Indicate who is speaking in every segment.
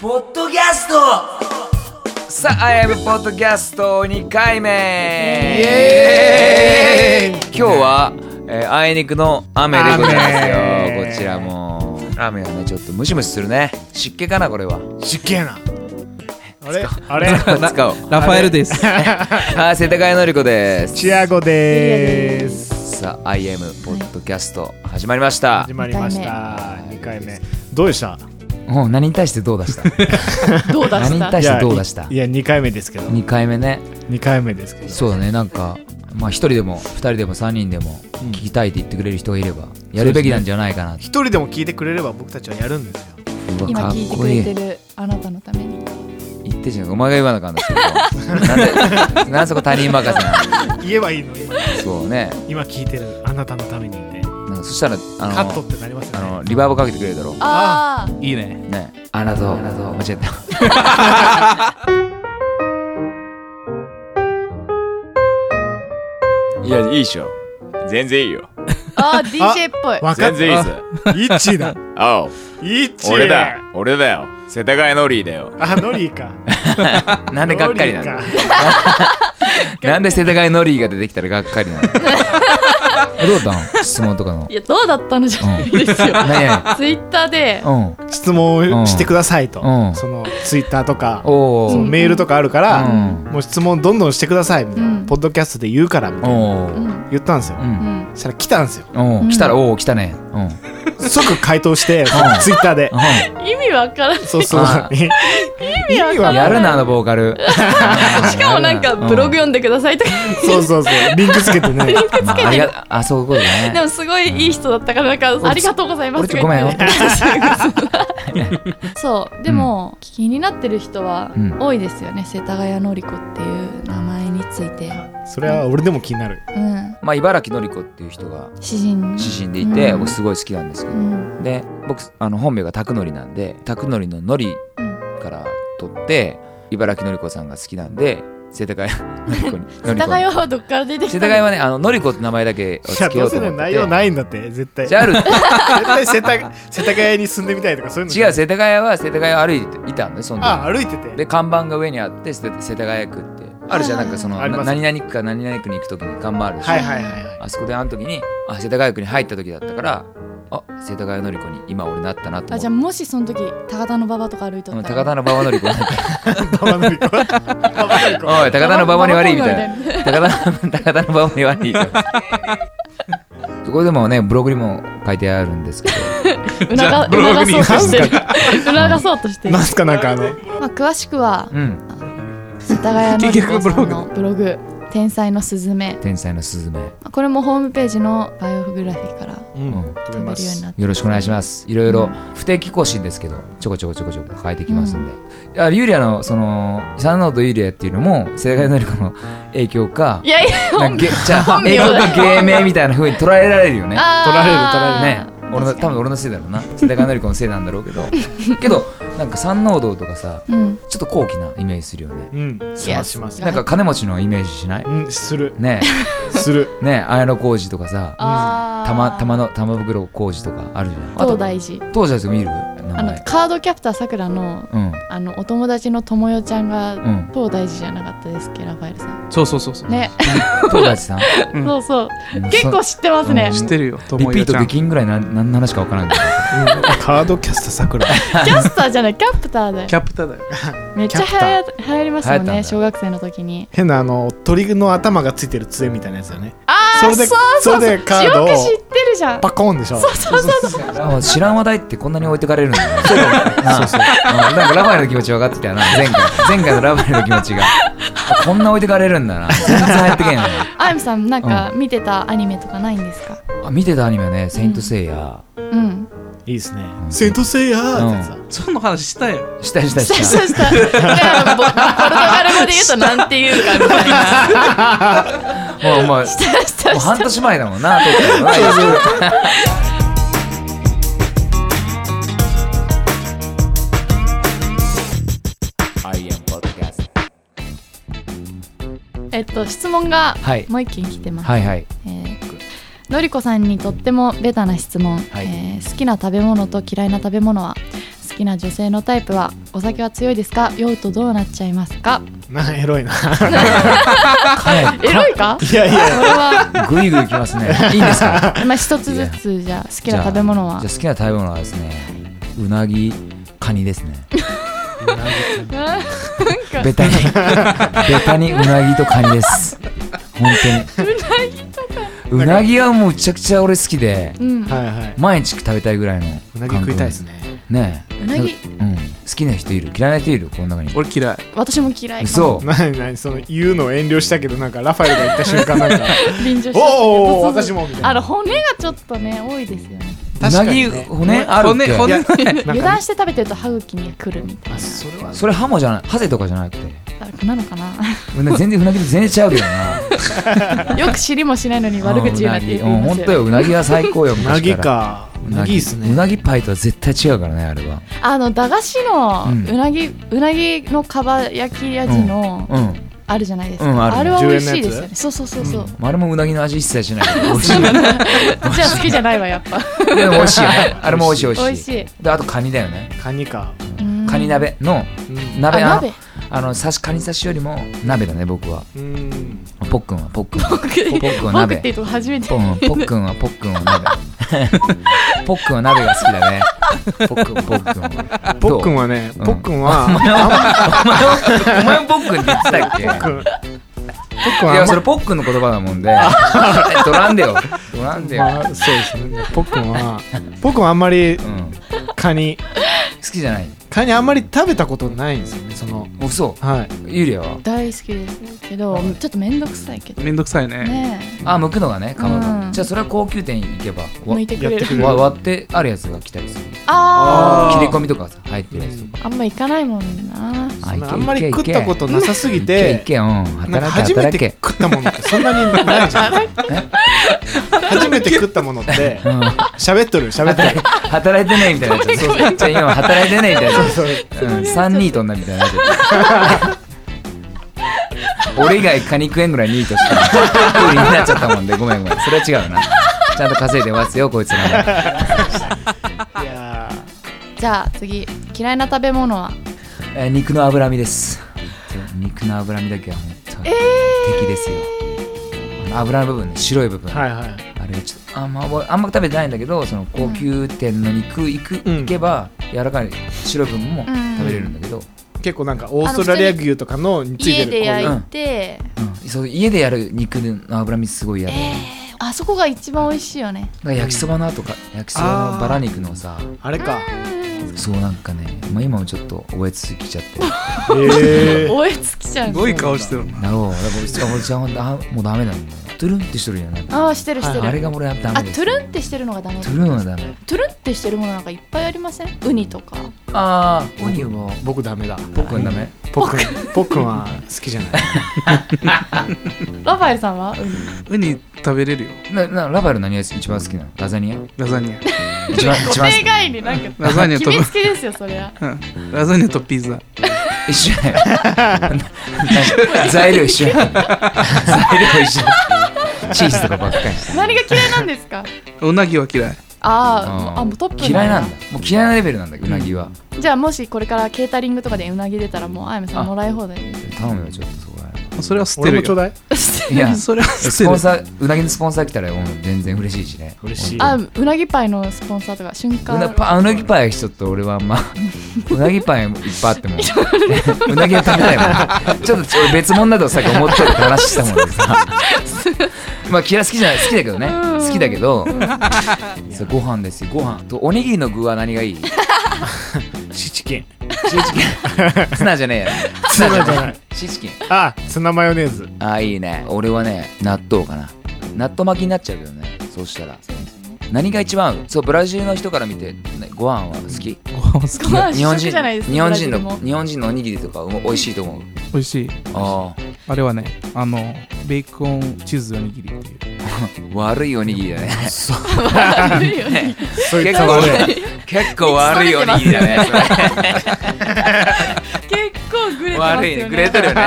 Speaker 1: ポッドキャスト
Speaker 2: さあ、アイアムポッドキャスト2回目今日は、えーあいにくの雨でございますよ
Speaker 3: 雨
Speaker 2: こちらも雨がねちょっとムシムシするね湿気かなこれは
Speaker 3: 湿気やなあれあれ
Speaker 2: 使おう
Speaker 4: ラファエルです。
Speaker 2: あー世田谷のりこです
Speaker 3: チアゴでーす
Speaker 2: さあ、アイアムポッドキャスト始まりました
Speaker 3: 始まりました二回目どうでした
Speaker 2: もう何に対してどう 出した
Speaker 5: どうだ
Speaker 2: 何に
Speaker 5: した
Speaker 2: 対
Speaker 3: い
Speaker 2: して
Speaker 3: や
Speaker 2: どう出した
Speaker 3: いいや二回目ですけど
Speaker 2: 2回目ね
Speaker 3: 二回目ですけど
Speaker 2: そうだねなんかまあ一人でも二人でも三人でも聞きたいって言ってくれる人がいればやるべきなんじゃないかなって
Speaker 3: 一人でも聞いてくれれば僕たちはやるんです よ
Speaker 2: うわ
Speaker 5: 今
Speaker 2: かっ
Speaker 5: 聞いて
Speaker 2: こ
Speaker 5: く
Speaker 2: い
Speaker 5: れ
Speaker 2: い
Speaker 5: てるあなたのために
Speaker 2: 言ってじゃんお前が言わなかったんですけどなんでなんでそこ他人任せな
Speaker 3: 言えばいいの今
Speaker 2: の そうね
Speaker 3: 今聞いてるあなたのためにって
Speaker 2: なんかそしたらあの
Speaker 3: カットってなります
Speaker 2: あ
Speaker 3: よ
Speaker 2: の
Speaker 3: ね
Speaker 2: リバーブかけてくれるだろう
Speaker 5: あ
Speaker 4: いいね。
Speaker 2: ねあなたを間違えた
Speaker 6: いや、いいっしょ。全然いいよ。
Speaker 5: ーあー DJ っぽ
Speaker 3: わ
Speaker 5: い
Speaker 3: かっ
Speaker 6: 全
Speaker 3: た
Speaker 6: 然いいぞ。
Speaker 3: イッチ ーだ
Speaker 6: あおう、
Speaker 3: イッチー
Speaker 6: 俺だ。俺だよ。世田谷ノリーだよ。
Speaker 3: あノリ ーか
Speaker 2: なんでがっかりな
Speaker 3: ノ
Speaker 2: の
Speaker 3: リ
Speaker 2: なんで世田谷ノリーが出てきたらがっか りなのどうだったの質問とかの
Speaker 5: いやどうだったのじゃないですよ
Speaker 2: 何や
Speaker 5: ツイッターで
Speaker 2: うん
Speaker 3: ーか質問をしてくださいと
Speaker 2: うん
Speaker 3: そのツイッターとか
Speaker 2: お
Speaker 3: そう
Speaker 2: ー
Speaker 3: メールとかあるか
Speaker 2: う
Speaker 3: ら、
Speaker 2: ん
Speaker 3: もう質問どんどんしてくださいみたいな、
Speaker 5: うん
Speaker 3: ポッドキャストで言うからみたいな
Speaker 2: お
Speaker 5: う
Speaker 2: ー
Speaker 5: ん
Speaker 3: 言ったんですよ、
Speaker 2: うん
Speaker 5: うん
Speaker 3: そしたら来たんですよ
Speaker 2: お
Speaker 5: う
Speaker 2: ー
Speaker 5: ん
Speaker 2: 来たらおお来たねうんうん
Speaker 3: 即回答してツイッターで
Speaker 5: 意味わからん
Speaker 3: そうそう
Speaker 2: あ
Speaker 3: 意味わかん
Speaker 2: やるなあのボーカ ル
Speaker 5: しかもなんかブログ読んでくださいとか
Speaker 3: そうそうそうリンクつけてね
Speaker 2: つけてああそういうことだ
Speaker 5: で
Speaker 2: ね
Speaker 5: もすごいいい人だったからなんかありがとうございます
Speaker 2: 俺ちょごめん よ
Speaker 5: とか言ってそうでも気になってる人は
Speaker 2: うん
Speaker 5: 多いですよね世田谷のり子っていう名前について
Speaker 3: それは俺でも気になる
Speaker 5: うん
Speaker 2: まあ茨城のり子っていう人が
Speaker 5: 詩人
Speaker 2: 詩人でいて
Speaker 5: うん
Speaker 2: 僕すごい好きなんですけ
Speaker 5: う
Speaker 2: ど
Speaker 5: ん
Speaker 2: で僕あの本名が拓典なんで拓典ののり
Speaker 5: うん
Speaker 2: から取って茨城のり子さんが好きなんで世田谷のり子に世
Speaker 5: 世田谷はどっから出てきた
Speaker 2: 世
Speaker 5: の
Speaker 2: 田谷はねあののり子って名前だけを
Speaker 3: い
Speaker 2: つ
Speaker 3: や
Speaker 2: け
Speaker 3: ど
Speaker 2: よ
Speaker 3: う
Speaker 2: うと思
Speaker 3: せも
Speaker 2: って
Speaker 3: 内容
Speaker 2: て
Speaker 3: ないんだって絶対
Speaker 2: じゃあ
Speaker 3: 絶
Speaker 2: ある
Speaker 3: 対世田世田谷に住んでみたいとかそういうの
Speaker 2: 違う世田谷は世田谷を歩いていたんでその時
Speaker 3: あ歩いてて
Speaker 2: で看板が上にあって世田世田谷区ってあるじゃんなんかその
Speaker 3: あり
Speaker 2: な
Speaker 3: ます
Speaker 2: 何々区か何々区に行く時に看板あるでしょ
Speaker 3: はいはいはいはい
Speaker 2: あそこであの時にあ世田谷区に入った時だったからあ世田谷のり子に今俺なったなと
Speaker 5: あじゃあ
Speaker 2: 思って
Speaker 5: もしその時高田の馬場とか歩いと
Speaker 2: う
Speaker 5: っ
Speaker 2: ん
Speaker 5: た
Speaker 2: 高田の馬場の り子になった
Speaker 3: ババ抜きババ抜き
Speaker 2: おい高田の馬場に悪いみたいな
Speaker 5: な
Speaker 2: 高田の高田の 馬場に悪いみたいなそこでもねブログにも書いてあるんですけど
Speaker 5: 促促そうとしてる 促そうとしてる
Speaker 3: なんすかなんかあの
Speaker 5: まあ詳しくは
Speaker 2: うん
Speaker 5: 世田谷のりこさんのブログ「天才のすずめ
Speaker 2: 「天才のすずめ」」
Speaker 5: これもホームページのバイオフグラフィーから
Speaker 3: う
Speaker 2: うんん
Speaker 3: 飛
Speaker 5: 飛
Speaker 3: べ
Speaker 5: べ
Speaker 3: ま
Speaker 5: るように
Speaker 3: す
Speaker 5: なって
Speaker 2: よろしくお願いしますいろいろ不定期更新ですけどちょこちょこちょこちょこ変えてきますんで、あユーリアのそのサノーとユーリアっていうのも世田谷のり子の影響か
Speaker 5: いやいや
Speaker 2: なんかげじゃあ
Speaker 5: 本名
Speaker 2: 影響か芸名みたいな風に捉えられるよね
Speaker 5: あ
Speaker 2: ね俺の多分俺のせいだろうな世田谷のり子のせいなんだろうけ どけどなんか山王堂とかさ
Speaker 5: 分うん
Speaker 2: ちょっと高貴なイメージするよね
Speaker 3: うんします
Speaker 5: Yes
Speaker 3: します
Speaker 2: なんか金持ちのイメージしない
Speaker 3: うんする
Speaker 2: ね
Speaker 3: する
Speaker 2: えねえ綾小路とかさ
Speaker 5: あー
Speaker 2: 玉玉の玉袋小路とかあるじゃん
Speaker 5: 東大寺
Speaker 2: 東大寺見る
Speaker 5: あ
Speaker 2: 名
Speaker 5: の
Speaker 2: 前
Speaker 5: カードキャプターさくらの
Speaker 2: うん
Speaker 5: あのお友達のともよちゃんが
Speaker 2: うん
Speaker 5: 東大寺じゃなかったですっけラファエルさん
Speaker 4: そうそうそうそう。
Speaker 5: ね
Speaker 2: 東大寺 さん
Speaker 4: うん
Speaker 5: そうそう
Speaker 2: もう
Speaker 5: 結構
Speaker 2: そ
Speaker 5: 知ってますね
Speaker 4: 知ってるよ。と
Speaker 2: リ
Speaker 4: も
Speaker 2: ピ
Speaker 4: よ
Speaker 2: ート
Speaker 4: ちゃ
Speaker 2: で
Speaker 4: ん。
Speaker 2: きんぐらいなん何の話かわからんけど
Speaker 3: カードキャストさくら
Speaker 5: キャスターじゃないキャプターだよ
Speaker 4: キャプターだよ。
Speaker 5: めっちゃ
Speaker 3: キャプター
Speaker 5: 流行流行りましたも
Speaker 2: 流
Speaker 5: ん
Speaker 2: 行ったん
Speaker 5: ね
Speaker 2: だ
Speaker 5: 小学生の時に
Speaker 3: 変なあの鳥の頭がついてる杖みたいなやつだよね
Speaker 5: あ
Speaker 3: そ
Speaker 5: あ
Speaker 3: れで
Speaker 5: そうそう
Speaker 3: それでカードを
Speaker 5: よく知ってるじゃん
Speaker 3: パコーンでしょ
Speaker 5: そうそうそうそう
Speaker 2: あ知らん話題ってこんなに置いてかれるんだねそうそうなんかラファエルの気持ち分かってきたな前回前回のラファエルの気持ちがあこんな置いてかれるんだな全然入ってけんよね
Speaker 5: あゆみさんなんか見てたアニメとかないんですか
Speaker 2: あ見てたアニメはね「セイント・セイヤ
Speaker 5: うん
Speaker 3: いいですね
Speaker 2: ん
Speaker 3: セイントセイヤーってやつだ
Speaker 4: そんな話したよ。」
Speaker 2: したした
Speaker 5: した
Speaker 2: した
Speaker 5: した しただからぼポルトガル語で言うとなんて言うかみたい な
Speaker 2: もうもうもう
Speaker 5: したしたした
Speaker 2: 半年前だもんな撮ったのな
Speaker 5: えっと質問が
Speaker 2: はい
Speaker 5: もう一件来てます、
Speaker 2: はいはい
Speaker 5: えーのりこさんにとってもベタな質問、
Speaker 2: はい
Speaker 5: えー好きな食べ物と嫌いな食べ物は好きな女性のタイプはお酒は強いですか酔うとどうなっちゃいますか
Speaker 3: なエロいな
Speaker 2: は
Speaker 5: エロいか
Speaker 3: いやいや
Speaker 5: これは、
Speaker 2: いグイグイきますねいいんですか
Speaker 5: まあ、一つずつじゃあ好きな食べ物は
Speaker 2: じゃあ好きな食べ物はですねうなぎカニですねベタにベタにうなぎとカニです本当にうなぎとかうなぎはもうむちゃくちゃ俺好きで
Speaker 5: うん、うん
Speaker 3: はいはい
Speaker 2: 毎日食べたいぐらいの
Speaker 3: うなぎ食いたいですね
Speaker 2: 感覚ねえ
Speaker 5: うなぎ
Speaker 2: うん、好きな人いる嫌いな人いるこの中に
Speaker 4: 俺嫌い。
Speaker 5: 私も嫌いかも
Speaker 2: 嘘
Speaker 3: なになにその言うのを遠慮したけどなんかラファエルが言った瞬間 なんか
Speaker 5: 臨場しちゃったけど
Speaker 3: おーおー
Speaker 5: そう
Speaker 3: 私
Speaker 5: そう
Speaker 3: もみたい
Speaker 5: あ
Speaker 3: な
Speaker 5: の骨がちょっとね多いですよね
Speaker 2: うなぎ骨あるっけ
Speaker 4: 骨、骨。
Speaker 3: なんか
Speaker 5: 油断して食べてると歯茎にくるみたい
Speaker 3: あそれは
Speaker 2: それハモじゃないハゼとかじゃなくて
Speaker 5: ななのか な
Speaker 2: うん全然うなぎと全然違うけどな
Speaker 5: よく知りもしないのに 悪口言うなって言って
Speaker 2: うんうなぎう
Speaker 5: ま
Speaker 2: ん
Speaker 5: す
Speaker 2: 本当
Speaker 5: よ
Speaker 2: ようなぎは最高よ
Speaker 3: う
Speaker 2: 昔
Speaker 3: なぎかうなぎいいっす
Speaker 2: う
Speaker 3: ね
Speaker 2: なぎパイとは絶対違うからねあれは
Speaker 5: あの駄菓子の
Speaker 2: うん
Speaker 5: うなぎ、うなぎのかば焼き味の
Speaker 2: うん
Speaker 5: あるじゃないですか、
Speaker 2: うんあ
Speaker 5: あ
Speaker 2: る
Speaker 5: れは美味しい
Speaker 3: 10
Speaker 5: で
Speaker 3: 円のやつ
Speaker 5: すよねそうそうそうそう、じ
Speaker 2: あれもうなぎの味一切しないけど美味しい
Speaker 5: ゃあ好 きじゃないわやっぱ
Speaker 2: でも美味しいよねあれも美味しい美味しい
Speaker 5: 美味しい
Speaker 2: であとカニだよね
Speaker 3: カニか
Speaker 5: うん
Speaker 2: カニ鍋の
Speaker 3: うん
Speaker 5: あ
Speaker 2: 鍋あ
Speaker 5: 鍋
Speaker 2: のあの刺しカニ刺しよりも鍋だね僕は
Speaker 3: うん
Speaker 2: ポックンはポックンポ
Speaker 5: 僕って
Speaker 2: ックンは
Speaker 5: 僕っ
Speaker 2: 鍋
Speaker 5: ていうとこ初めて
Speaker 2: ポンポックンはポックンは鍋ポックンは鍋が好きだねポックンポックン
Speaker 3: ポックン
Speaker 2: は
Speaker 3: はね
Speaker 2: うん
Speaker 3: ポックンはあん ま
Speaker 2: お前もポックンって言ってたっけ
Speaker 3: ポックンポックン
Speaker 2: い
Speaker 3: はあ
Speaker 2: や
Speaker 3: ん
Speaker 2: そ
Speaker 3: ま
Speaker 2: れポックンの言葉だもん でえドランデよドランデよ、
Speaker 3: まあそうですねポックンはポックンはあんまり
Speaker 2: うん、好
Speaker 3: カニ
Speaker 2: きじゃない
Speaker 3: カニあんまり食べたことないんですよねその
Speaker 2: 嘘
Speaker 3: はい
Speaker 2: ユリアは
Speaker 5: 大好きですけどちょっと面倒くさいけど
Speaker 4: めんどくさいね。
Speaker 5: ね
Speaker 2: あ剥くのがねかま
Speaker 5: う
Speaker 2: ど
Speaker 5: ん
Speaker 2: じゃあそれは高級店行けば
Speaker 5: え
Speaker 2: わ
Speaker 5: 向いてくれ
Speaker 3: やってく
Speaker 5: る
Speaker 3: れ
Speaker 2: わ割ってあるやつが来たりする
Speaker 5: あ
Speaker 2: 切り込みとかさ入ってるやつとか
Speaker 5: ああんま行かないもんな
Speaker 3: そんな
Speaker 2: あ
Speaker 3: あんまり食ったこと
Speaker 2: な
Speaker 3: なさすぎ
Speaker 2: い
Speaker 3: て
Speaker 2: けいけうん
Speaker 3: なんか
Speaker 2: 働
Speaker 3: 初
Speaker 2: け
Speaker 3: め
Speaker 2: 働
Speaker 3: て
Speaker 2: け
Speaker 3: 食ったものってそんなにないじゃん初めて食ったものって
Speaker 2: うん
Speaker 3: 喋っとる喋っとる
Speaker 2: 働いてないみたいなやつそうそうじゃあ今働いてないみたい なやつうん3ニートになるみたいなやつ俺以外カニ食えんぐらいニート しか食うになっちゃったもんでごめんごめんそれは違うなちゃんと稼いでますよこいつらも
Speaker 3: いや
Speaker 5: じゃあ次嫌いな食べ物は
Speaker 2: えー肉の脂身です肉の脂身だけは本当に敵ですよ、あの脂の部分ね白い部分、
Speaker 3: ーはいはい
Speaker 2: あれがちょっとあんま覚えあんま食べてないんだけどその高級店の肉行く、
Speaker 3: うん
Speaker 2: 行けば柔らかい白い部分も
Speaker 5: うん
Speaker 2: 食べれるんだけど、
Speaker 3: 結構なんかオーストラリア牛とかのについ
Speaker 5: 家
Speaker 3: てる
Speaker 5: で
Speaker 3: こういう
Speaker 5: 焼いて、
Speaker 2: うんそう家でやる肉の脂身すごいやる、
Speaker 5: えーあそこが一番美味しいよね
Speaker 2: なんか焼きそばの後か焼きそばのバラ肉のさ
Speaker 3: あれか
Speaker 2: そうなんかね、まあ、今もちょっと覚えつきちゃっ て
Speaker 3: え
Speaker 5: 追いつきちゃう
Speaker 4: すごい顔してるな。
Speaker 2: なろうだから俺ちゃんとあもうダメなんだよトゥルンってしてるじゃない
Speaker 5: ああしてるしてる、
Speaker 2: あれが俺はダ
Speaker 5: あ
Speaker 2: メ
Speaker 5: ト
Speaker 2: です
Speaker 5: ゥルンってしてるのがダメ
Speaker 2: トゥルンはダメ
Speaker 5: トゥルンってしてるものなんかいっぱいありませんウニとか
Speaker 2: ああウニは
Speaker 3: 僕ダメだ
Speaker 2: 僕はダメ
Speaker 3: ポックンポックンは好きじゃ ない
Speaker 5: ラファエルさんはウニ
Speaker 4: ウニ食べれるよ。
Speaker 2: ななラバル何が一番好きなのラザニア
Speaker 4: ラザニア。
Speaker 2: 一番一番好
Speaker 5: 定外になんか
Speaker 4: ラザニアと
Speaker 5: 決めつけですよそりゃ
Speaker 4: うん。ラザニアとピザ。
Speaker 2: き一緒や材料一緒や材料一緒やチーズとかばっかり
Speaker 5: 何が嫌いなんですか
Speaker 4: うなぎは嫌い。
Speaker 5: あーあもうトップ
Speaker 2: 嫌いなんだもう嫌いなレベルなんだうなぎは
Speaker 5: じゃあもしこれからケータリングとかでうなぎ出たらもうあやめさんもらい放題です
Speaker 2: 頼むよちょっとそこら辺
Speaker 4: それは捨て
Speaker 3: 俺
Speaker 4: る
Speaker 3: もちょう
Speaker 4: よ。
Speaker 3: だい
Speaker 2: いや
Speaker 4: それは捨
Speaker 2: ス
Speaker 4: て
Speaker 2: ポ
Speaker 4: る
Speaker 2: ン。サーうなぎのスポンサー来たらもう全然嬉しいしね
Speaker 3: 嬉しい
Speaker 5: あうなぎパイのスポンサーとか瞬間
Speaker 2: うなパうなぎパイちょっと俺はあんまうなぎパイいっぱいあって もうなぎは食べないもんちょっと俺別物だとさっき思っとって話したもんで さまあ嫌い好きじゃない好きだけどね好きだけどそうご飯ですよご飯とおにぎりの具は何がいい
Speaker 3: シーチキン
Speaker 2: シーチキンツナじゃねえやツナじゃないシーチキン
Speaker 3: あツナマヨネーズ
Speaker 2: ああいいね俺はね納豆かな納豆巻きになっちゃうけどねそうしたら何が一番合うそうブラジルの人から見て、ねご飯は好き
Speaker 4: ご飯好
Speaker 5: ご飯
Speaker 2: 日
Speaker 5: 主
Speaker 2: 本
Speaker 5: 食じゃな
Speaker 2: 人
Speaker 5: いですか
Speaker 2: 日本人
Speaker 5: ブラジル
Speaker 2: の
Speaker 5: も
Speaker 2: 日本人のおにぎりとかう美味しいと思う
Speaker 4: き。美味しい。
Speaker 2: あ
Speaker 4: あれはね、あの、ベーコンチーズおにぎりっていう。
Speaker 2: あ悪いおにぎりだね
Speaker 5: 悪 いよね
Speaker 3: そうい
Speaker 2: 結
Speaker 3: う
Speaker 2: 構
Speaker 3: 感じ
Speaker 2: 悪い結構悪いおにぎりだ ね
Speaker 5: 結構グレてます
Speaker 2: 悪
Speaker 5: よ
Speaker 2: い
Speaker 5: ね
Speaker 2: ねくれてるよね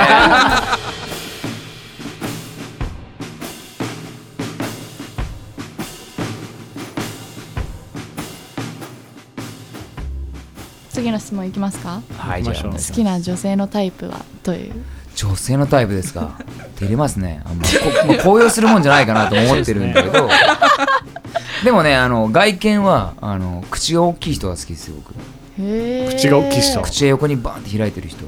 Speaker 5: 次の質問いきますか
Speaker 2: はいじゃあお願いします
Speaker 5: 好きな女性のタイプはという
Speaker 2: 女性のタイプですか照れますね あんまこ、まあ高揚するもんじゃないかなと思ってるんだけどでもねあの外見はあの口が大きい人が好きですよ 僕
Speaker 5: へー
Speaker 3: 口が大きい人
Speaker 2: 口が横にバンって開いて る人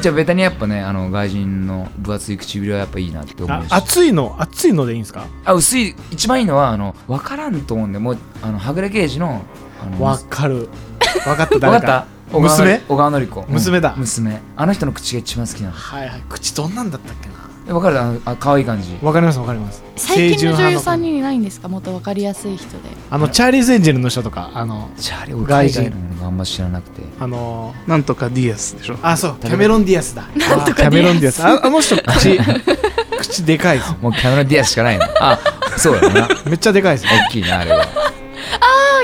Speaker 2: じゃあベタにやっぱねあの外人の分厚い唇はやっぱいいなって思
Speaker 3: あ
Speaker 2: うしあ
Speaker 3: 熱いの熱いのでいいんですか
Speaker 2: 薄い一番いいのはあの分からんと思うんでもうあのはぐれ刑事のあの
Speaker 3: わかるわかった
Speaker 2: 分か
Speaker 3: 誰
Speaker 2: っ
Speaker 3: か
Speaker 2: た小川の
Speaker 3: 娘
Speaker 2: 小川のり子
Speaker 3: 娘だ
Speaker 2: うん娘あの人の口が一番好きな
Speaker 3: はいはい口どんなんだったっけな
Speaker 2: の分かるあのあ可愛い感じ
Speaker 3: わかりますわかります
Speaker 5: 最近の女優
Speaker 3: 清純派の
Speaker 5: さんにいないんですかもっと分かりやすい人で
Speaker 3: あのチャーリーズ・エンジェルの人とかあの
Speaker 2: チャーリー
Speaker 3: 外
Speaker 2: 外
Speaker 3: 人
Speaker 2: 人のものがあんま知らなくて
Speaker 3: あの
Speaker 4: なんとかディアスでしょ
Speaker 3: あそうキャメロン・ディアスだなんとかキャメロン・ディアスああの人 口口でかいです
Speaker 2: もうキャメロン・ディアスしか ないのあそうだな
Speaker 3: めっちゃでかいです
Speaker 2: 大きいなあれは
Speaker 5: あ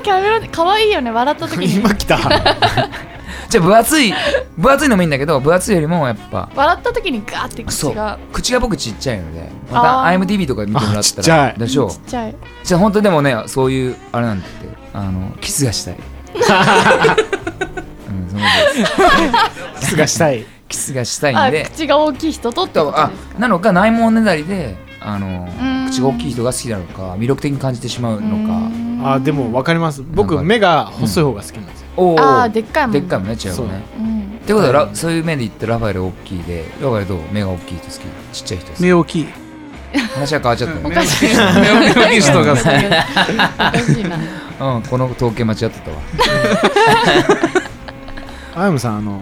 Speaker 5: キャメロン可愛いよね笑った時に
Speaker 3: 今来た
Speaker 2: じゃあ分厚い分厚いのもいいんだけど分厚いよりもやっぱ
Speaker 5: 笑った時にガーって
Speaker 2: そ
Speaker 5: 口
Speaker 2: う
Speaker 5: が
Speaker 2: 口が僕ちっちゃいので
Speaker 5: あ
Speaker 2: ま
Speaker 5: ー
Speaker 2: た IMDB とかで見てもら
Speaker 3: あ
Speaker 2: っ
Speaker 3: ち
Speaker 2: た
Speaker 3: っちゃ
Speaker 2: ら
Speaker 3: い
Speaker 2: でしょう
Speaker 5: ちっちゃい
Speaker 2: じゃあ本当でもねそういうあれなんだってあのキスが したいうんその
Speaker 3: キスがしたい
Speaker 2: キスがしたい
Speaker 5: あ
Speaker 2: んで
Speaker 5: 口が大きい人とってこと
Speaker 2: とあ
Speaker 5: ですか
Speaker 2: なのかないもんねだりであの
Speaker 5: ーん
Speaker 2: 口が大きい人が好きなのか魅力的に感じてしまうのか
Speaker 3: あでもわかります僕
Speaker 2: なんか
Speaker 3: 目が細い方が好きなんですよ
Speaker 2: おー
Speaker 5: あーでっかいもん
Speaker 2: でっかいもんね違う
Speaker 3: そ
Speaker 2: も
Speaker 3: うん
Speaker 2: ね
Speaker 5: うん
Speaker 2: ってことはラそういう面で言ってラファエル大きいでラファエルどう目が大きい人好きちっちゃい人好き
Speaker 4: 目大きい
Speaker 2: 話は変わっちゃったよ
Speaker 5: お
Speaker 2: ね、
Speaker 5: かしいな
Speaker 4: 目大きい人が好き
Speaker 5: おかしいな
Speaker 2: うん、この統計間違ってたわ
Speaker 3: あやむさんあの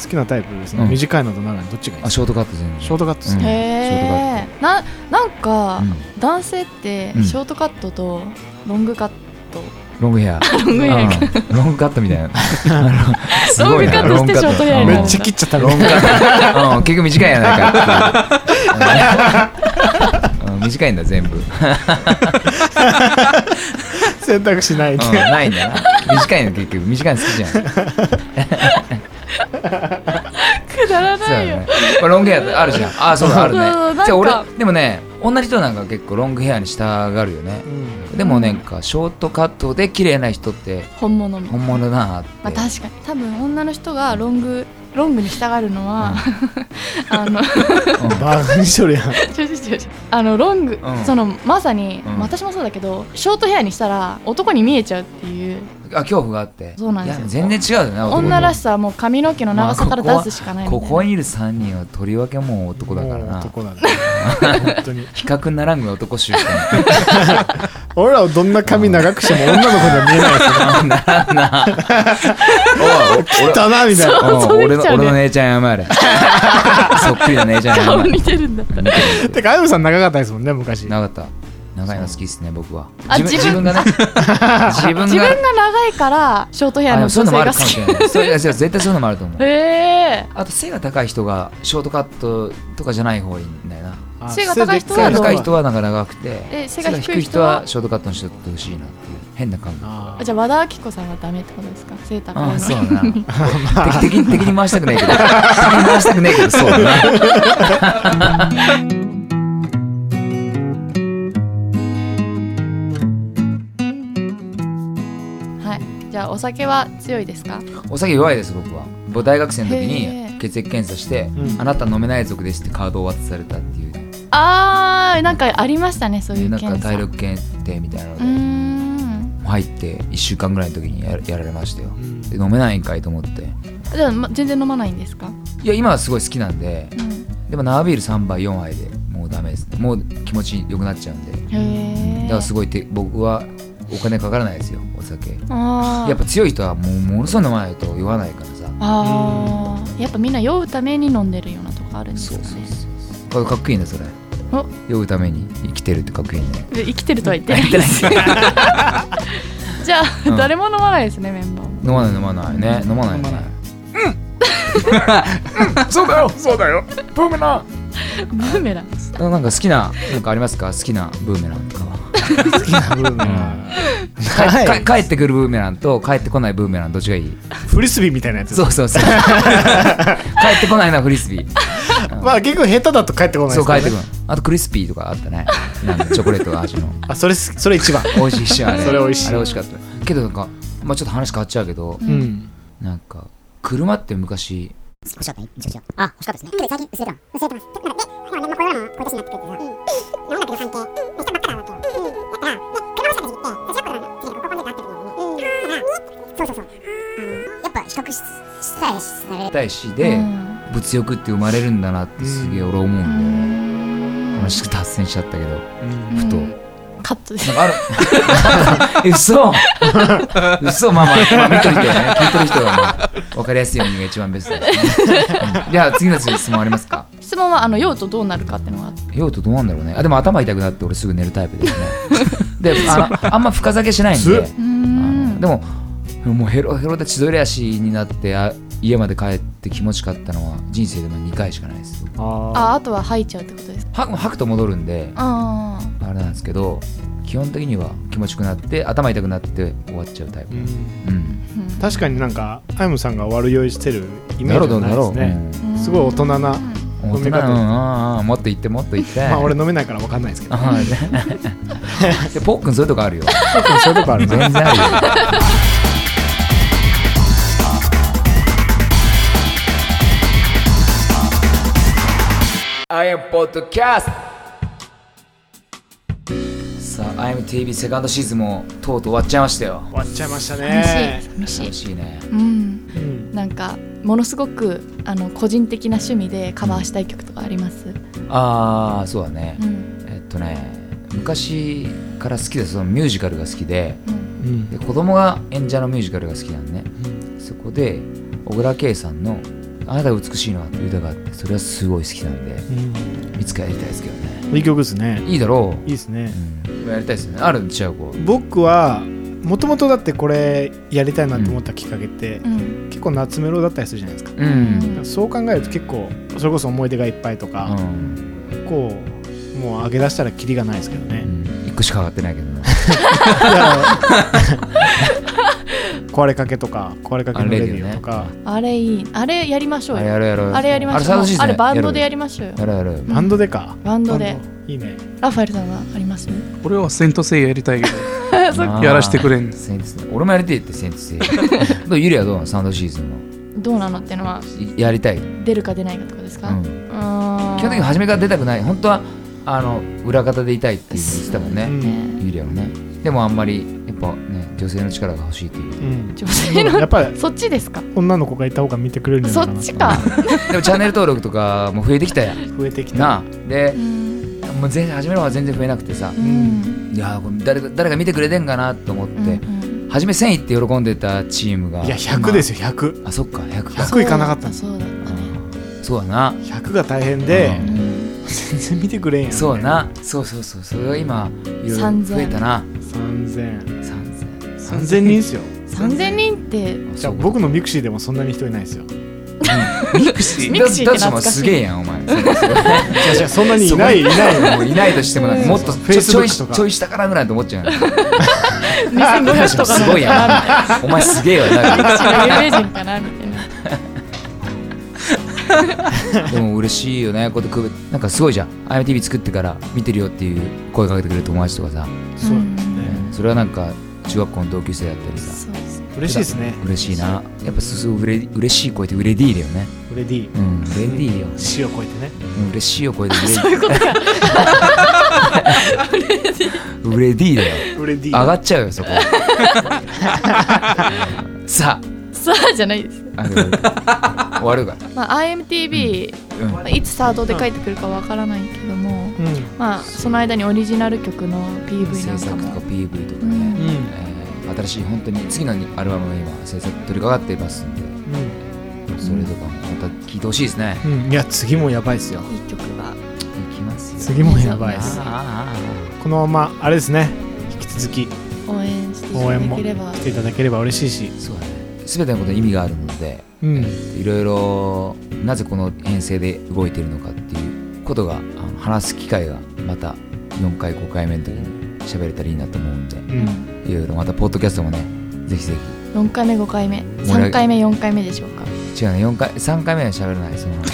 Speaker 3: 好きなタイプですね、
Speaker 2: うん
Speaker 3: 短いのと長いのどっちがいいで
Speaker 2: あ
Speaker 3: す
Speaker 2: ショートカット全
Speaker 3: か
Speaker 2: 部
Speaker 3: ショートカットですね、
Speaker 5: へえななんか
Speaker 2: う
Speaker 5: 男性って
Speaker 2: うん
Speaker 5: ショートカットとロングカット
Speaker 2: ロングヘア
Speaker 5: ロングヘア
Speaker 2: うんロングカットみたいなあのすごいな
Speaker 5: ロングカットしてショートヘアにな
Speaker 3: め
Speaker 5: る
Speaker 3: っちゃ切っちゃった
Speaker 2: ロ
Speaker 3: ね
Speaker 2: ングカット、うん、結局短いやないかっていううん短いんだ全部、うん、
Speaker 3: 選択肢ないね、
Speaker 2: ないんだな短いの結局短いの好きじゃんそう
Speaker 5: くだらな
Speaker 2: だ
Speaker 5: いよ
Speaker 2: ねこれロングヘアあるじゃんあそうだあるね
Speaker 5: そうそう
Speaker 2: じゃあ
Speaker 5: なん
Speaker 2: 俺でもね女の人なんか結構ロングヘアにしたがるよね
Speaker 3: うん
Speaker 2: でもなんかショートカットで綺麗な人って
Speaker 5: 本物の
Speaker 2: 本物だなって、
Speaker 5: まあ確かに多分女の人がロングロングに従るのは、 あの
Speaker 3: バーンしとるやん
Speaker 5: ちょちょちょちょあのロング、
Speaker 2: うん
Speaker 5: そのまさに、
Speaker 2: うん
Speaker 5: 私もそうだけどショートヘアにしたら男に見えちゃうっていう
Speaker 2: あ恐怖があって
Speaker 5: そうなんですよ
Speaker 2: いや全然違うよね男と
Speaker 5: 女らしさはもう髪の毛の長さから出すしかないみたい
Speaker 2: こ
Speaker 5: な、
Speaker 2: こにいる3人はとりわけもう男だから
Speaker 3: もう
Speaker 2: な
Speaker 3: 男だな 本当に
Speaker 2: 比較にならんぐらい男集しかない
Speaker 3: 俺らをどんな髪長くしても女の子には見えないですよ
Speaker 2: おい
Speaker 3: 切ったなみ たいな
Speaker 5: そうそう
Speaker 2: おい俺
Speaker 5: で
Speaker 2: の
Speaker 5: きちゃうね
Speaker 2: 俺の姉ちゃん謝 れそっくりの姉ちゃん謝
Speaker 5: 顔
Speaker 2: れ
Speaker 5: 似てるんだ
Speaker 2: 見てる
Speaker 3: てかあやむさん長かったですもんね昔
Speaker 2: なかった長いの好きですね僕は
Speaker 5: あ自
Speaker 2: 自分
Speaker 5: 分
Speaker 2: がね自分が
Speaker 5: 自分が長いからショートヘア
Speaker 2: あでも
Speaker 5: の女
Speaker 2: そうい
Speaker 5: 性
Speaker 2: うのもあ
Speaker 5: が
Speaker 2: る
Speaker 5: 好
Speaker 2: かも
Speaker 5: き
Speaker 2: しれないそういういや絶対そういうのもあると思う
Speaker 5: へえ
Speaker 2: あと背が高い人がショートカットとかじゃない方がいいんだよな
Speaker 3: あ
Speaker 5: 背が高い人は
Speaker 2: 背が
Speaker 3: でっか
Speaker 2: 高い人はなんか長くて
Speaker 5: え背が低い人は
Speaker 2: ショートカットの人ってほしいなっていう変な感覚
Speaker 3: あ
Speaker 5: あじゃあ和田アキ子さんはダメってことですか背高いの
Speaker 2: ああそうだ
Speaker 5: に
Speaker 2: な 敵敵敵に回したくないけど敵に回したくないけどそうだな
Speaker 5: はいじゃあお酒は強いですか
Speaker 2: お酒弱いです僕は僕大学生の時
Speaker 5: へ
Speaker 2: に
Speaker 5: え
Speaker 2: 血液検査して
Speaker 3: う
Speaker 2: 「
Speaker 3: ん
Speaker 2: あなた飲めない族です」ってカードを渡されたっていうね
Speaker 5: あーなんかありましたねそうい
Speaker 2: で
Speaker 5: う
Speaker 2: なん
Speaker 5: 検査
Speaker 2: か体力検定みたいなの
Speaker 5: う
Speaker 2: で
Speaker 5: ーん
Speaker 2: 入って1週間ぐらいの時にややられましたよ
Speaker 3: ん
Speaker 2: で飲めないんかいと思って
Speaker 5: じゃあ、ま、全然飲まないんですか、
Speaker 2: いや今はすごい好きなんで
Speaker 5: うん、
Speaker 2: でも生ビール3杯4杯でもうダメですねもう気持ち良くなっちゃうんで
Speaker 5: へえ
Speaker 2: だからすごいて僕はお金かからないですよお酒
Speaker 5: あー
Speaker 2: やっぱ強い人はもうものすごい飲まないと酔わないからさ
Speaker 5: あーやっぱみんな酔うために飲んでるようなとこあるんです
Speaker 2: そ
Speaker 5: か
Speaker 2: う
Speaker 5: ね
Speaker 2: そうそうかかっこいいねそれ
Speaker 5: お
Speaker 2: 酔うために生きてるってかっこいいね
Speaker 5: で生きてるとは言ってないです じゃあ、
Speaker 2: うん
Speaker 5: 誰も飲まないですねメンバーも
Speaker 2: 飲まない飲まないね飲まない
Speaker 4: 飲まな
Speaker 2: ね
Speaker 4: い
Speaker 3: そう だよそうだよブーメラン
Speaker 5: ブーメラン
Speaker 2: ななんか好きななんかありますか好きなブーメランとかは
Speaker 3: 好きなブーメラン
Speaker 2: か
Speaker 3: はい
Speaker 2: か帰ってくるブーメランと帰ってこないブーメランどっちがいい
Speaker 3: フリスビーみたいなやつ
Speaker 2: そうそうそう帰ってこないのはフリスビー
Speaker 3: まあ結構下手だと帰ってこない
Speaker 2: そ
Speaker 3: で
Speaker 2: う
Speaker 3: すか
Speaker 2: 帰
Speaker 3: ら
Speaker 2: ってくる
Speaker 3: ね
Speaker 2: あとクリスピーとかあったねなんかチョコレート味の
Speaker 3: あそれそれ一番
Speaker 2: 美味しいっしょあれ
Speaker 3: それ美味しい
Speaker 2: あれ美味しかったけどなんかまあちょっと話変わっちゃうけど
Speaker 5: う
Speaker 3: うんん
Speaker 2: なんか車って昔
Speaker 7: 欲しかった欲しかったあ、欲しかったですね。で、最近薄れたの。薄れてます。で、まあ、でもこういうのも、こういう年になってくるとさ、うん、音楽の関係、うん、めっちゃばっかだなって。うん、だから、で、車の下でって、私はこれの、次の高校で会ってる時に、うん、だから、そうそうそう。やっぱ、比較し、したいし、される。
Speaker 2: 大使で
Speaker 5: うん
Speaker 2: 物欲って生まれるんだなってすげえ俺思うんだよね、
Speaker 5: う
Speaker 2: 話
Speaker 5: ん
Speaker 2: しく脱線しちゃったけどな
Speaker 3: うん
Speaker 2: ふと
Speaker 5: カットで
Speaker 2: んかあるえ 嘘嘘まあまあ、まあ、見てる人はね聞いてる人はまあ分かりやすいようにが一番ベストですね、うんじゃあ次の質問ありますか
Speaker 5: 質問はあの用途どうなるかっていうのがあって
Speaker 2: 用途どうなんだろうねあでも頭痛くなって俺すぐ寝るタイプですねであのあんま深酒しないんで
Speaker 5: う
Speaker 2: あの
Speaker 5: ん
Speaker 2: でももうヘロヘロで千鳥足になってあ家まで帰って気持ちよかったのは人生でも2回しかないです
Speaker 3: あ
Speaker 5: ああとは吐いちゃうってことですか
Speaker 2: は吐くと戻るんで
Speaker 5: ああ
Speaker 2: あれなんですけど基本的には気持ちよくなって頭痛くなって終わっちゃうタイ
Speaker 3: ー
Speaker 2: プ
Speaker 3: う、ん
Speaker 2: うん、
Speaker 5: うん
Speaker 3: 確かになんかアイムさんが悪酔いしてるイメ
Speaker 2: だ
Speaker 3: ー
Speaker 2: ろ
Speaker 3: ジ
Speaker 2: うだ
Speaker 3: が
Speaker 2: ろう
Speaker 3: ない
Speaker 2: だ
Speaker 3: で
Speaker 2: ろ
Speaker 3: す
Speaker 2: う、
Speaker 3: ね
Speaker 5: うん
Speaker 3: すごい大人な
Speaker 2: うん、本当
Speaker 3: 飲み
Speaker 2: だ
Speaker 3: 方
Speaker 2: うんうんうんもっと言ってもっと 言って
Speaker 3: まあ俺飲めないから分かんないですけど
Speaker 2: あ ーねでポックンそういうとこあるよ
Speaker 3: そういうとこある
Speaker 2: 全
Speaker 3: ね
Speaker 2: 然あるよアイアンポッドキャストさあ、IMTV セカンドシーズンもとうとう終わっちゃいましたよ。
Speaker 3: 終わっちゃいました
Speaker 5: 寂し
Speaker 3: ね
Speaker 5: い寂しい
Speaker 2: 楽しいね。
Speaker 5: うん
Speaker 3: うん
Speaker 5: なんかものすごくあの個人的な趣味でカバーしたい曲とかあります
Speaker 2: ああ、そうだね
Speaker 5: う。ん
Speaker 2: えっとね、昔から好きで、そのミュージカルが好きで、
Speaker 5: うん
Speaker 3: うん
Speaker 2: で子供が演者のミュージカルが好きなのね、そこで小倉圭さんの「あなたが美しいのは」っていう歌があってそれはすごい好きなんでいつかやりたいですけどね
Speaker 3: いい曲ですね
Speaker 2: いいだろ
Speaker 3: いいですね
Speaker 2: う、うん、やりたいですよねあるんちゃうこ
Speaker 3: 僕はもともとだってこれやりたいなって思ったきっかけって、
Speaker 5: うん
Speaker 3: 結構夏メロだったりするじゃないですか
Speaker 2: ううん、
Speaker 3: そう考えると結構それこそ思い出がいっぱいと
Speaker 2: う
Speaker 3: か、
Speaker 2: ん
Speaker 3: こうもう上げ出したらキリがないですけど
Speaker 2: う
Speaker 3: ね、
Speaker 2: ん、一個しか上がってないけどな
Speaker 3: 壊れかけとか壊れかけのレディオとか、
Speaker 5: あれいいあれやりましょう
Speaker 2: あ
Speaker 5: よ
Speaker 2: れやろうやろう
Speaker 5: あれやりまし
Speaker 2: あ
Speaker 5: ょう
Speaker 2: れ楽しいですね
Speaker 5: あれバンドでやりましょうよ
Speaker 2: やろうやろう
Speaker 5: うん
Speaker 3: バンドでか
Speaker 5: バンドで
Speaker 3: いいね
Speaker 5: ラファエルさんはあります
Speaker 4: 俺はセントセイヤやりたいけど
Speaker 5: そっか
Speaker 2: あー
Speaker 4: やらしてくれんです
Speaker 2: センスね俺もやりたいってセンス どうゆりはどうなのサウンドシーズンの
Speaker 5: どうなのってのはい
Speaker 2: やりたい、うん、
Speaker 5: 出るか出ないかとかですか、う
Speaker 2: 基
Speaker 5: ーん、
Speaker 2: 本的に初めから出たくない本当はあの裏方でいたいっていうふうに言ってたもんね、
Speaker 3: うん
Speaker 2: ユリアもねでもあんまりやっぱね女性の力が欲しいっていう
Speaker 3: うん
Speaker 5: 女性
Speaker 3: や
Speaker 5: の
Speaker 3: っぱり
Speaker 5: そっちですか
Speaker 3: 女の子がいた方が見てくれるんじ
Speaker 5: そ
Speaker 3: ゃない
Speaker 5: っち
Speaker 3: か
Speaker 5: か、
Speaker 2: でもチャンネル登録とか も増えてきたやん
Speaker 3: な増えてきた
Speaker 2: なあで
Speaker 5: うん
Speaker 2: もう全初めの方は全然増えなくてさ
Speaker 5: うん
Speaker 2: いやーこれ誰か誰が見てくれてんかなと思って、
Speaker 5: うん
Speaker 2: 初め1000位って喜んでたチームが
Speaker 3: いや100ですすよ100
Speaker 2: あそっか100か
Speaker 3: 100いかなかったんです
Speaker 5: そうだったね
Speaker 2: うんそうだな
Speaker 3: 100が大変で、
Speaker 2: う
Speaker 3: 全然見てくれんやん
Speaker 2: そうだなそうそうそうそれが今いろいろ
Speaker 5: 3000
Speaker 2: 増えたな
Speaker 3: 3000
Speaker 2: 3000
Speaker 3: 3000人ですよ
Speaker 5: 3000人って
Speaker 3: じゃあ僕のミクシーでもそんなに人いないですよ
Speaker 2: ミクシ
Speaker 5: ミクシーって懐かしい
Speaker 2: もすげえやんお 前
Speaker 3: いやいやそんなにいないいない
Speaker 2: もういないとしてもなんかもっとちょ
Speaker 3: Facebook
Speaker 2: ちょい
Speaker 3: とか
Speaker 2: ちょい下からぐらいと思っちゃうよね
Speaker 5: 2500とか
Speaker 2: す
Speaker 5: の
Speaker 2: ごいやんお前すげえわな
Speaker 5: 私の有名人かなみたいな
Speaker 2: でも嬉しいよねこうやってくべなんかすごいじゃん IMTV 作ってから見てるよっていう声かけてくれる友達とかさ、
Speaker 3: そう
Speaker 2: う
Speaker 3: ですね
Speaker 2: んそれはなんか中学校の同級生だったりさ
Speaker 5: そうですね
Speaker 3: 嬉しいですね
Speaker 2: 嬉しいなやっぱすごいうれ嬉しい声ってウレディーだよね
Speaker 3: ウレディ
Speaker 2: うんウレディーよ
Speaker 3: 死を超えてね
Speaker 2: うん嬉しいよ声でウレ ディーウレディーだよ
Speaker 3: ウレディ
Speaker 2: 上がっちゃうよ そこさ
Speaker 5: さあじゃないです、
Speaker 2: ああの終わるか
Speaker 5: まあ、IMTV、
Speaker 2: うん
Speaker 5: まあいつサードで帰ってくるかわからないけども、
Speaker 3: うん
Speaker 5: まあその間にオリジナル曲の PV な
Speaker 2: 制
Speaker 5: んか
Speaker 2: 作とか
Speaker 5: も
Speaker 2: PV とか
Speaker 5: う
Speaker 2: ね
Speaker 5: ん、
Speaker 3: う
Speaker 2: え
Speaker 3: ん
Speaker 2: ー新しい本当に次のアルバムが今制作取り掛かっていますんでそれとかもまた聞いてほしいですね、
Speaker 3: うん、いや次もやばいですよ
Speaker 5: いい曲が
Speaker 2: いきますよ
Speaker 3: 次もやばい
Speaker 2: あ
Speaker 3: で
Speaker 2: ー
Speaker 3: す
Speaker 2: あー
Speaker 3: このままあれですね引き続き
Speaker 5: 応援してい
Speaker 3: 応
Speaker 5: た
Speaker 3: 援
Speaker 5: だ
Speaker 3: も
Speaker 5: ければ
Speaker 3: していただければ嬉しいし
Speaker 2: あーそうだね全てのことに意味があるので
Speaker 3: うん
Speaker 2: いろいろなぜこの編成で動いているのかっていうことがあの話す機会がまた4回5回目の時に喋れたらいいなと思うんで
Speaker 3: うん
Speaker 2: いろいろまたポッドキャストもねぜひぜひ
Speaker 5: 4回目5回目3回目4回目でしょう か
Speaker 2: 違うね4回3回目は喋らないその話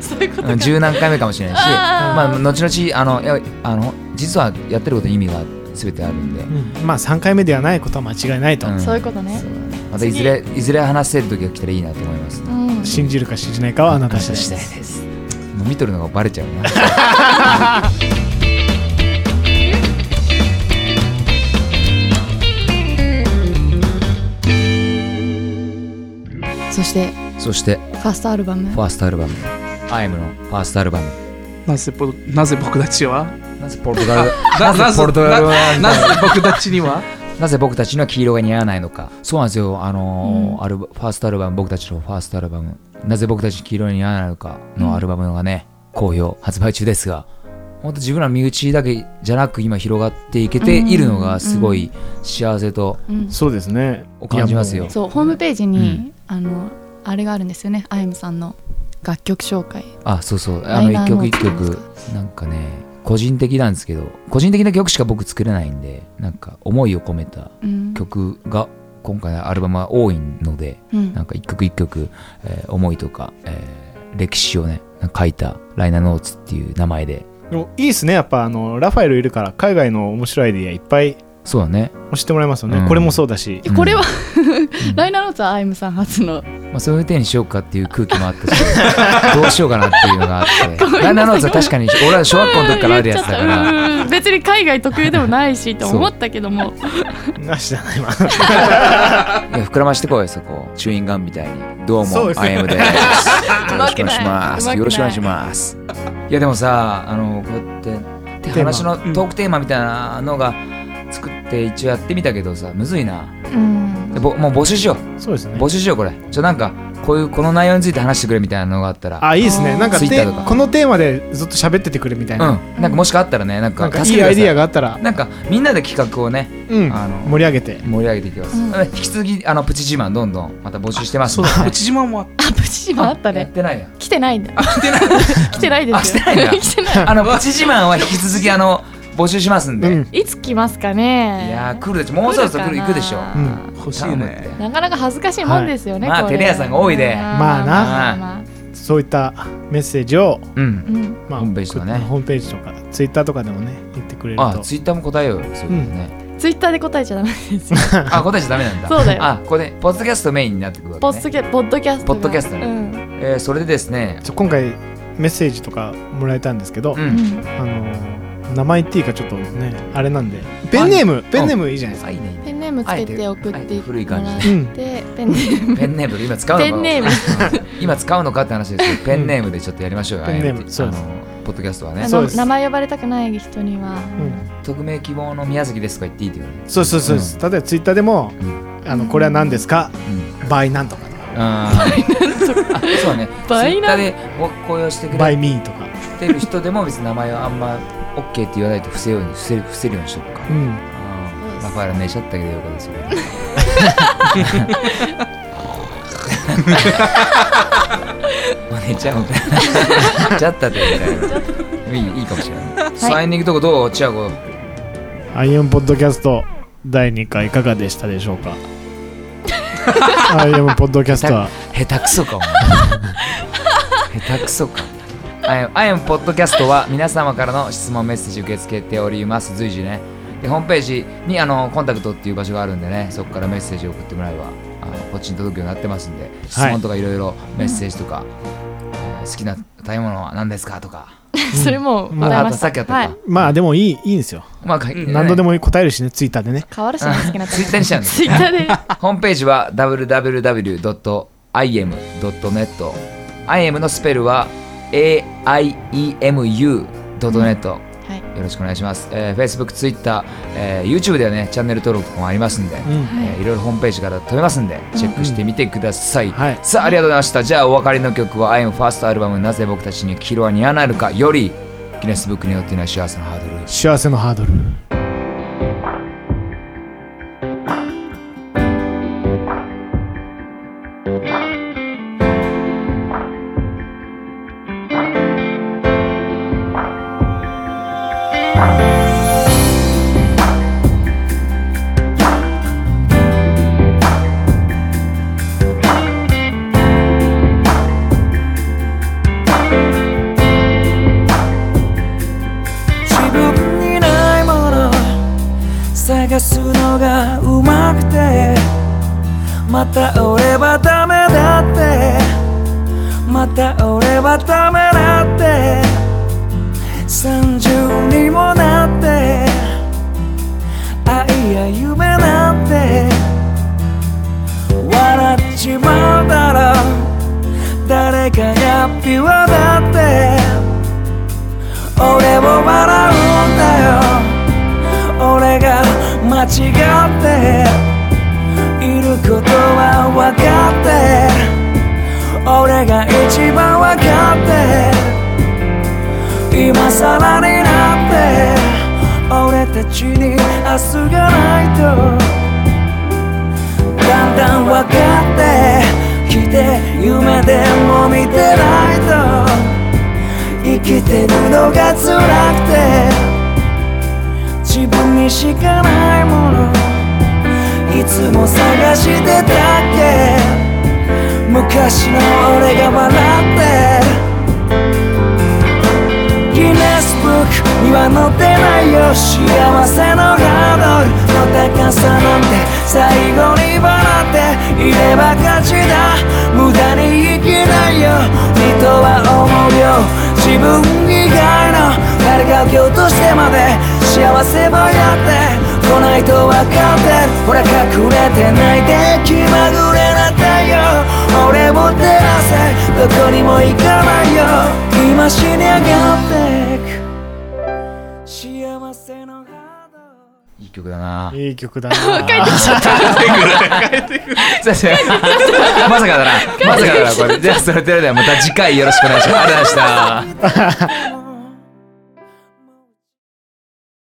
Speaker 5: そういうこと
Speaker 2: うん十何回目かもしれないし、
Speaker 5: あー
Speaker 2: まあ、後々あのやあの実はやってることに意味がある全てあるんで、
Speaker 3: うんまあ3回目ではないことは間違いないと、
Speaker 2: ん
Speaker 5: そういうことね
Speaker 2: そうだまたいずれいずれ話せる時が来たらいいなと思いますね、
Speaker 5: うん
Speaker 3: 信じるか信じないかはあなた次第です
Speaker 2: です飲み取るのがバレちゃうな
Speaker 5: そして
Speaker 2: そして
Speaker 5: ファーストアルバム
Speaker 2: ファーストアルバム「アイムのファーストアルバム
Speaker 4: なぜポなぜ僕たちは
Speaker 2: なぜポルトガル
Speaker 4: な
Speaker 2: なぜポルトガル
Speaker 4: ななぜ僕たちには
Speaker 2: なぜ僕たちには黄色が似合わないのかそうなんですよあのーアルバファーストアルバム僕たちのファーストアルバム「なぜ僕たちに黄色が似合わないのか」のアルバムがね、好評発売中ですが本当自分らの身内だけじゃなく今広がっていけているのがすごい幸せと
Speaker 5: うん
Speaker 3: そうですね
Speaker 2: 感じますよ、
Speaker 5: そうホームページに、
Speaker 2: うん
Speaker 5: あのあれがあるんですよねあゆむさんの楽曲紹介
Speaker 2: あそうそうあ
Speaker 5: ラ
Speaker 2: の
Speaker 5: イナ
Speaker 2: 一
Speaker 5: ーノ
Speaker 2: 曲
Speaker 5: ー
Speaker 2: 一
Speaker 5: ト
Speaker 2: 曲なんかね個人的なんですけど個人的な曲しか僕作れないんでなんか思いを込めた
Speaker 5: うん
Speaker 2: 曲が今回のアルバムは多いので
Speaker 5: うん
Speaker 2: なんか一曲一曲、えー思いとか、えー歴史をねなんか書いた「ライナーノーツ」っていう名前で
Speaker 3: でもいいですねやっぱあのラファエルいるから海外の面白いアイディアいっぱい
Speaker 2: そうだね、
Speaker 3: 教えてもらいますよね、
Speaker 2: うん
Speaker 3: これもそうだし
Speaker 5: えこれは、
Speaker 2: うん
Speaker 5: ライナーノーツはあゆむさん初の
Speaker 2: まあ、そういう点にしようかっていう空気もあったしどうしようかなっていうのがあって「ライナーノーツ」は確かに俺ら小学校の時からあるやつだか
Speaker 5: う
Speaker 2: ら。
Speaker 5: んうん別に海外得意でもないしと思ったけども
Speaker 3: なしじゃないわ
Speaker 2: いや膨らましてこいよそこチューインガンみたいにどうも
Speaker 3: そうです
Speaker 2: IM で
Speaker 5: うまくない
Speaker 2: すよろしくお願いしますよろしくお願いしますいやでもさあのこうやって手話の
Speaker 3: テーマうん
Speaker 2: トークテーマみたいなのが作って一応やってみたけどさむずいな
Speaker 5: うん
Speaker 2: でぼもう募集しよ
Speaker 3: そうです
Speaker 2: う
Speaker 3: ね
Speaker 2: 募集しようこれちょなんかこういうこの内容について話してくれみたいなのがあったら
Speaker 3: あいいですねなんか
Speaker 2: Twitter
Speaker 3: て
Speaker 2: とか
Speaker 3: このテーマでずっと喋っててくれみたいな、
Speaker 2: うんなんかもしかあったらねなん
Speaker 3: な
Speaker 2: か
Speaker 3: んかい
Speaker 2: 助け
Speaker 3: い
Speaker 2: てく
Speaker 3: ア
Speaker 2: だ
Speaker 3: イ
Speaker 2: さ
Speaker 3: ディアがあったら、
Speaker 2: なんかみんなで企画をね
Speaker 3: うん、
Speaker 2: あの
Speaker 3: 盛り上げて
Speaker 2: 盛り上げていきます、
Speaker 5: うん
Speaker 2: 引き続きあのプチ自慢どんどんまた募集してます
Speaker 4: そ
Speaker 2: ん
Speaker 4: う
Speaker 2: で
Speaker 4: だプチ島もあっ
Speaker 5: あプチ島あった
Speaker 2: やっ
Speaker 5: ね
Speaker 2: てないや
Speaker 5: 来てないんだ来てないです
Speaker 2: あ
Speaker 5: よ
Speaker 2: 来てないんだ
Speaker 5: 来てない
Speaker 2: あの、プチ自慢は引き続き、あの、募集しますんで。
Speaker 3: うん
Speaker 2: い
Speaker 5: いつ来ますかね
Speaker 2: やー、来るでしょ。もうそろそろ来る、行くでしょ。
Speaker 5: かな
Speaker 4: 欲しい
Speaker 2: 頼むって
Speaker 4: ね。
Speaker 5: なかなか恥ずかしいもんですよね、
Speaker 2: はい
Speaker 5: これ
Speaker 2: まあテレ朝が多いで
Speaker 3: まあな
Speaker 5: まあまあ
Speaker 3: そういったメッセージを、
Speaker 2: うん。
Speaker 5: うん
Speaker 3: まあ、
Speaker 2: ホームページとかね
Speaker 3: ホームページとかツイッターとかでもね言ってくれると
Speaker 2: あ、ツイッターも答えようよ。そういうことね。
Speaker 5: ツイッターで答えちゃダメですよ
Speaker 2: あ、答えちゃダメなんだ。
Speaker 5: そうだよ
Speaker 2: あ、ここで、ポッドキャストメインになってくる
Speaker 5: ポ
Speaker 2: わ
Speaker 5: ッ
Speaker 2: け
Speaker 5: ド
Speaker 2: ね。
Speaker 5: キャポッドキャスト
Speaker 2: ポ
Speaker 5: が
Speaker 2: ッドキャストね
Speaker 5: うん
Speaker 2: えー、それでですね、
Speaker 3: ちょ今回メッセージとかもらえたんですけど、
Speaker 2: う。
Speaker 5: うんん
Speaker 3: あのー名前言っていいかちょっとねあれなんでペンネームペンネームいいじゃないです
Speaker 2: あ、いいね。
Speaker 5: ペンネームつけて送ってい
Speaker 2: 古い感じで
Speaker 3: か、うん、
Speaker 5: でペンネーム
Speaker 2: ペンネーム、今使うの
Speaker 5: ペ
Speaker 2: か
Speaker 5: ンネーム
Speaker 2: 今使うのかって話ですけど、ペンネームでちょっとやりましょうよ。
Speaker 3: ペンネーム
Speaker 2: あえて
Speaker 3: そう
Speaker 2: あ
Speaker 3: です
Speaker 2: の、ポッドキャストは
Speaker 5: あ
Speaker 2: ね。
Speaker 3: そう
Speaker 5: の
Speaker 3: です
Speaker 5: 名前呼ばれたくない人には、
Speaker 3: うん
Speaker 2: 匿名希望の宮崎ですとか言っていいってことね。
Speaker 3: そうそうそうです、例えばツイッターでも、
Speaker 2: うん
Speaker 3: あのこれは何ですか
Speaker 2: うん。
Speaker 3: by なんとかとか
Speaker 2: あーあ、そうだね。
Speaker 5: 倍
Speaker 2: ツイッターでご公用してくれ
Speaker 3: by me とか、
Speaker 2: ってる人でも別に名前はあんま OK って言わないと伏せように伏せる伏せるようにしとくか、
Speaker 3: うん、
Speaker 2: うん、ラファエル寝ちゃったけどよかった それまあ寝ちゃ うんだ寝ちゃったってみたいないいいいかもしれない、さあエンディングとこどうチアゴ
Speaker 3: アイオンポッドキャスト第2回いかがでしたでしょうかアイオンポッドキャストは
Speaker 2: 下手くそかお 前下手くそかアイアイアムポッドキャストは皆様からの質問メッセージ受け付けております随時ねでホームページにあのコンタクトっていう場所があるんでねそこからメッセージを送ってもらえばあのこっちに届くようになってますんで質問とかいろいろメッセージとか、えー好きな食べ物は何ですかとか、
Speaker 5: それもう
Speaker 3: まあ
Speaker 5: 答えまし
Speaker 2: さ
Speaker 5: た
Speaker 2: っきやったか、
Speaker 5: は
Speaker 2: はい
Speaker 3: まあでもいいいいんですよ
Speaker 2: まあ、ね
Speaker 3: 何度でも答えるしねツイッターでね
Speaker 5: 変わるしね好きな
Speaker 2: ツイッターにしちゃうんです
Speaker 5: ツイッタ ーで
Speaker 2: ホームページは www.im.net im のスペルは aiemu.net、
Speaker 5: はい
Speaker 2: よろしくお願いします、えー、Facebook、Twitter、えー YouTube ではねチャンネル登録とかもありますんで、
Speaker 3: うん
Speaker 2: えーいろいろホームページから飛べますんでチェックしてみてください、
Speaker 3: はい
Speaker 2: さあありがとうございましたじゃあお別れの曲は IM ファーストアルバム「なぜ僕たちに黄色は似合わないのか」よりギネスブックによっての幸せのハードル
Speaker 3: 幸せのハードル
Speaker 1: 自分にないものまた俺はダメだってまた俺はダメだって30にもなって愛や夢なんて笑っちまうだろう誰かがピュアだって俺を笑うんだよ俺が間違っていることは分かって俺が一番分かって今更になって俺たちに明日がないとだんだん分かってきて夢でも見てないと生きてるのが辛くて自分にしかないものいつも探してたっけ昔の俺が笑ってギネスブックには載ってないよ幸せのハードルの高さなんて最後に笑っていれば勝ちだ無駄に生きないよ人は思うよ自分以外の誰かを蹴落としてまで幸せばやって来ないと分かってるほら隠れて泣いて気まぐれな太陽俺も照らせどこにも行かないよ今死に上がってく幸せのハードル
Speaker 2: いい曲だない
Speaker 3: い曲だな。
Speaker 2: まさかだなまさかだなこれじゃあそれではまた次回よろしくお願いしますありがとうございました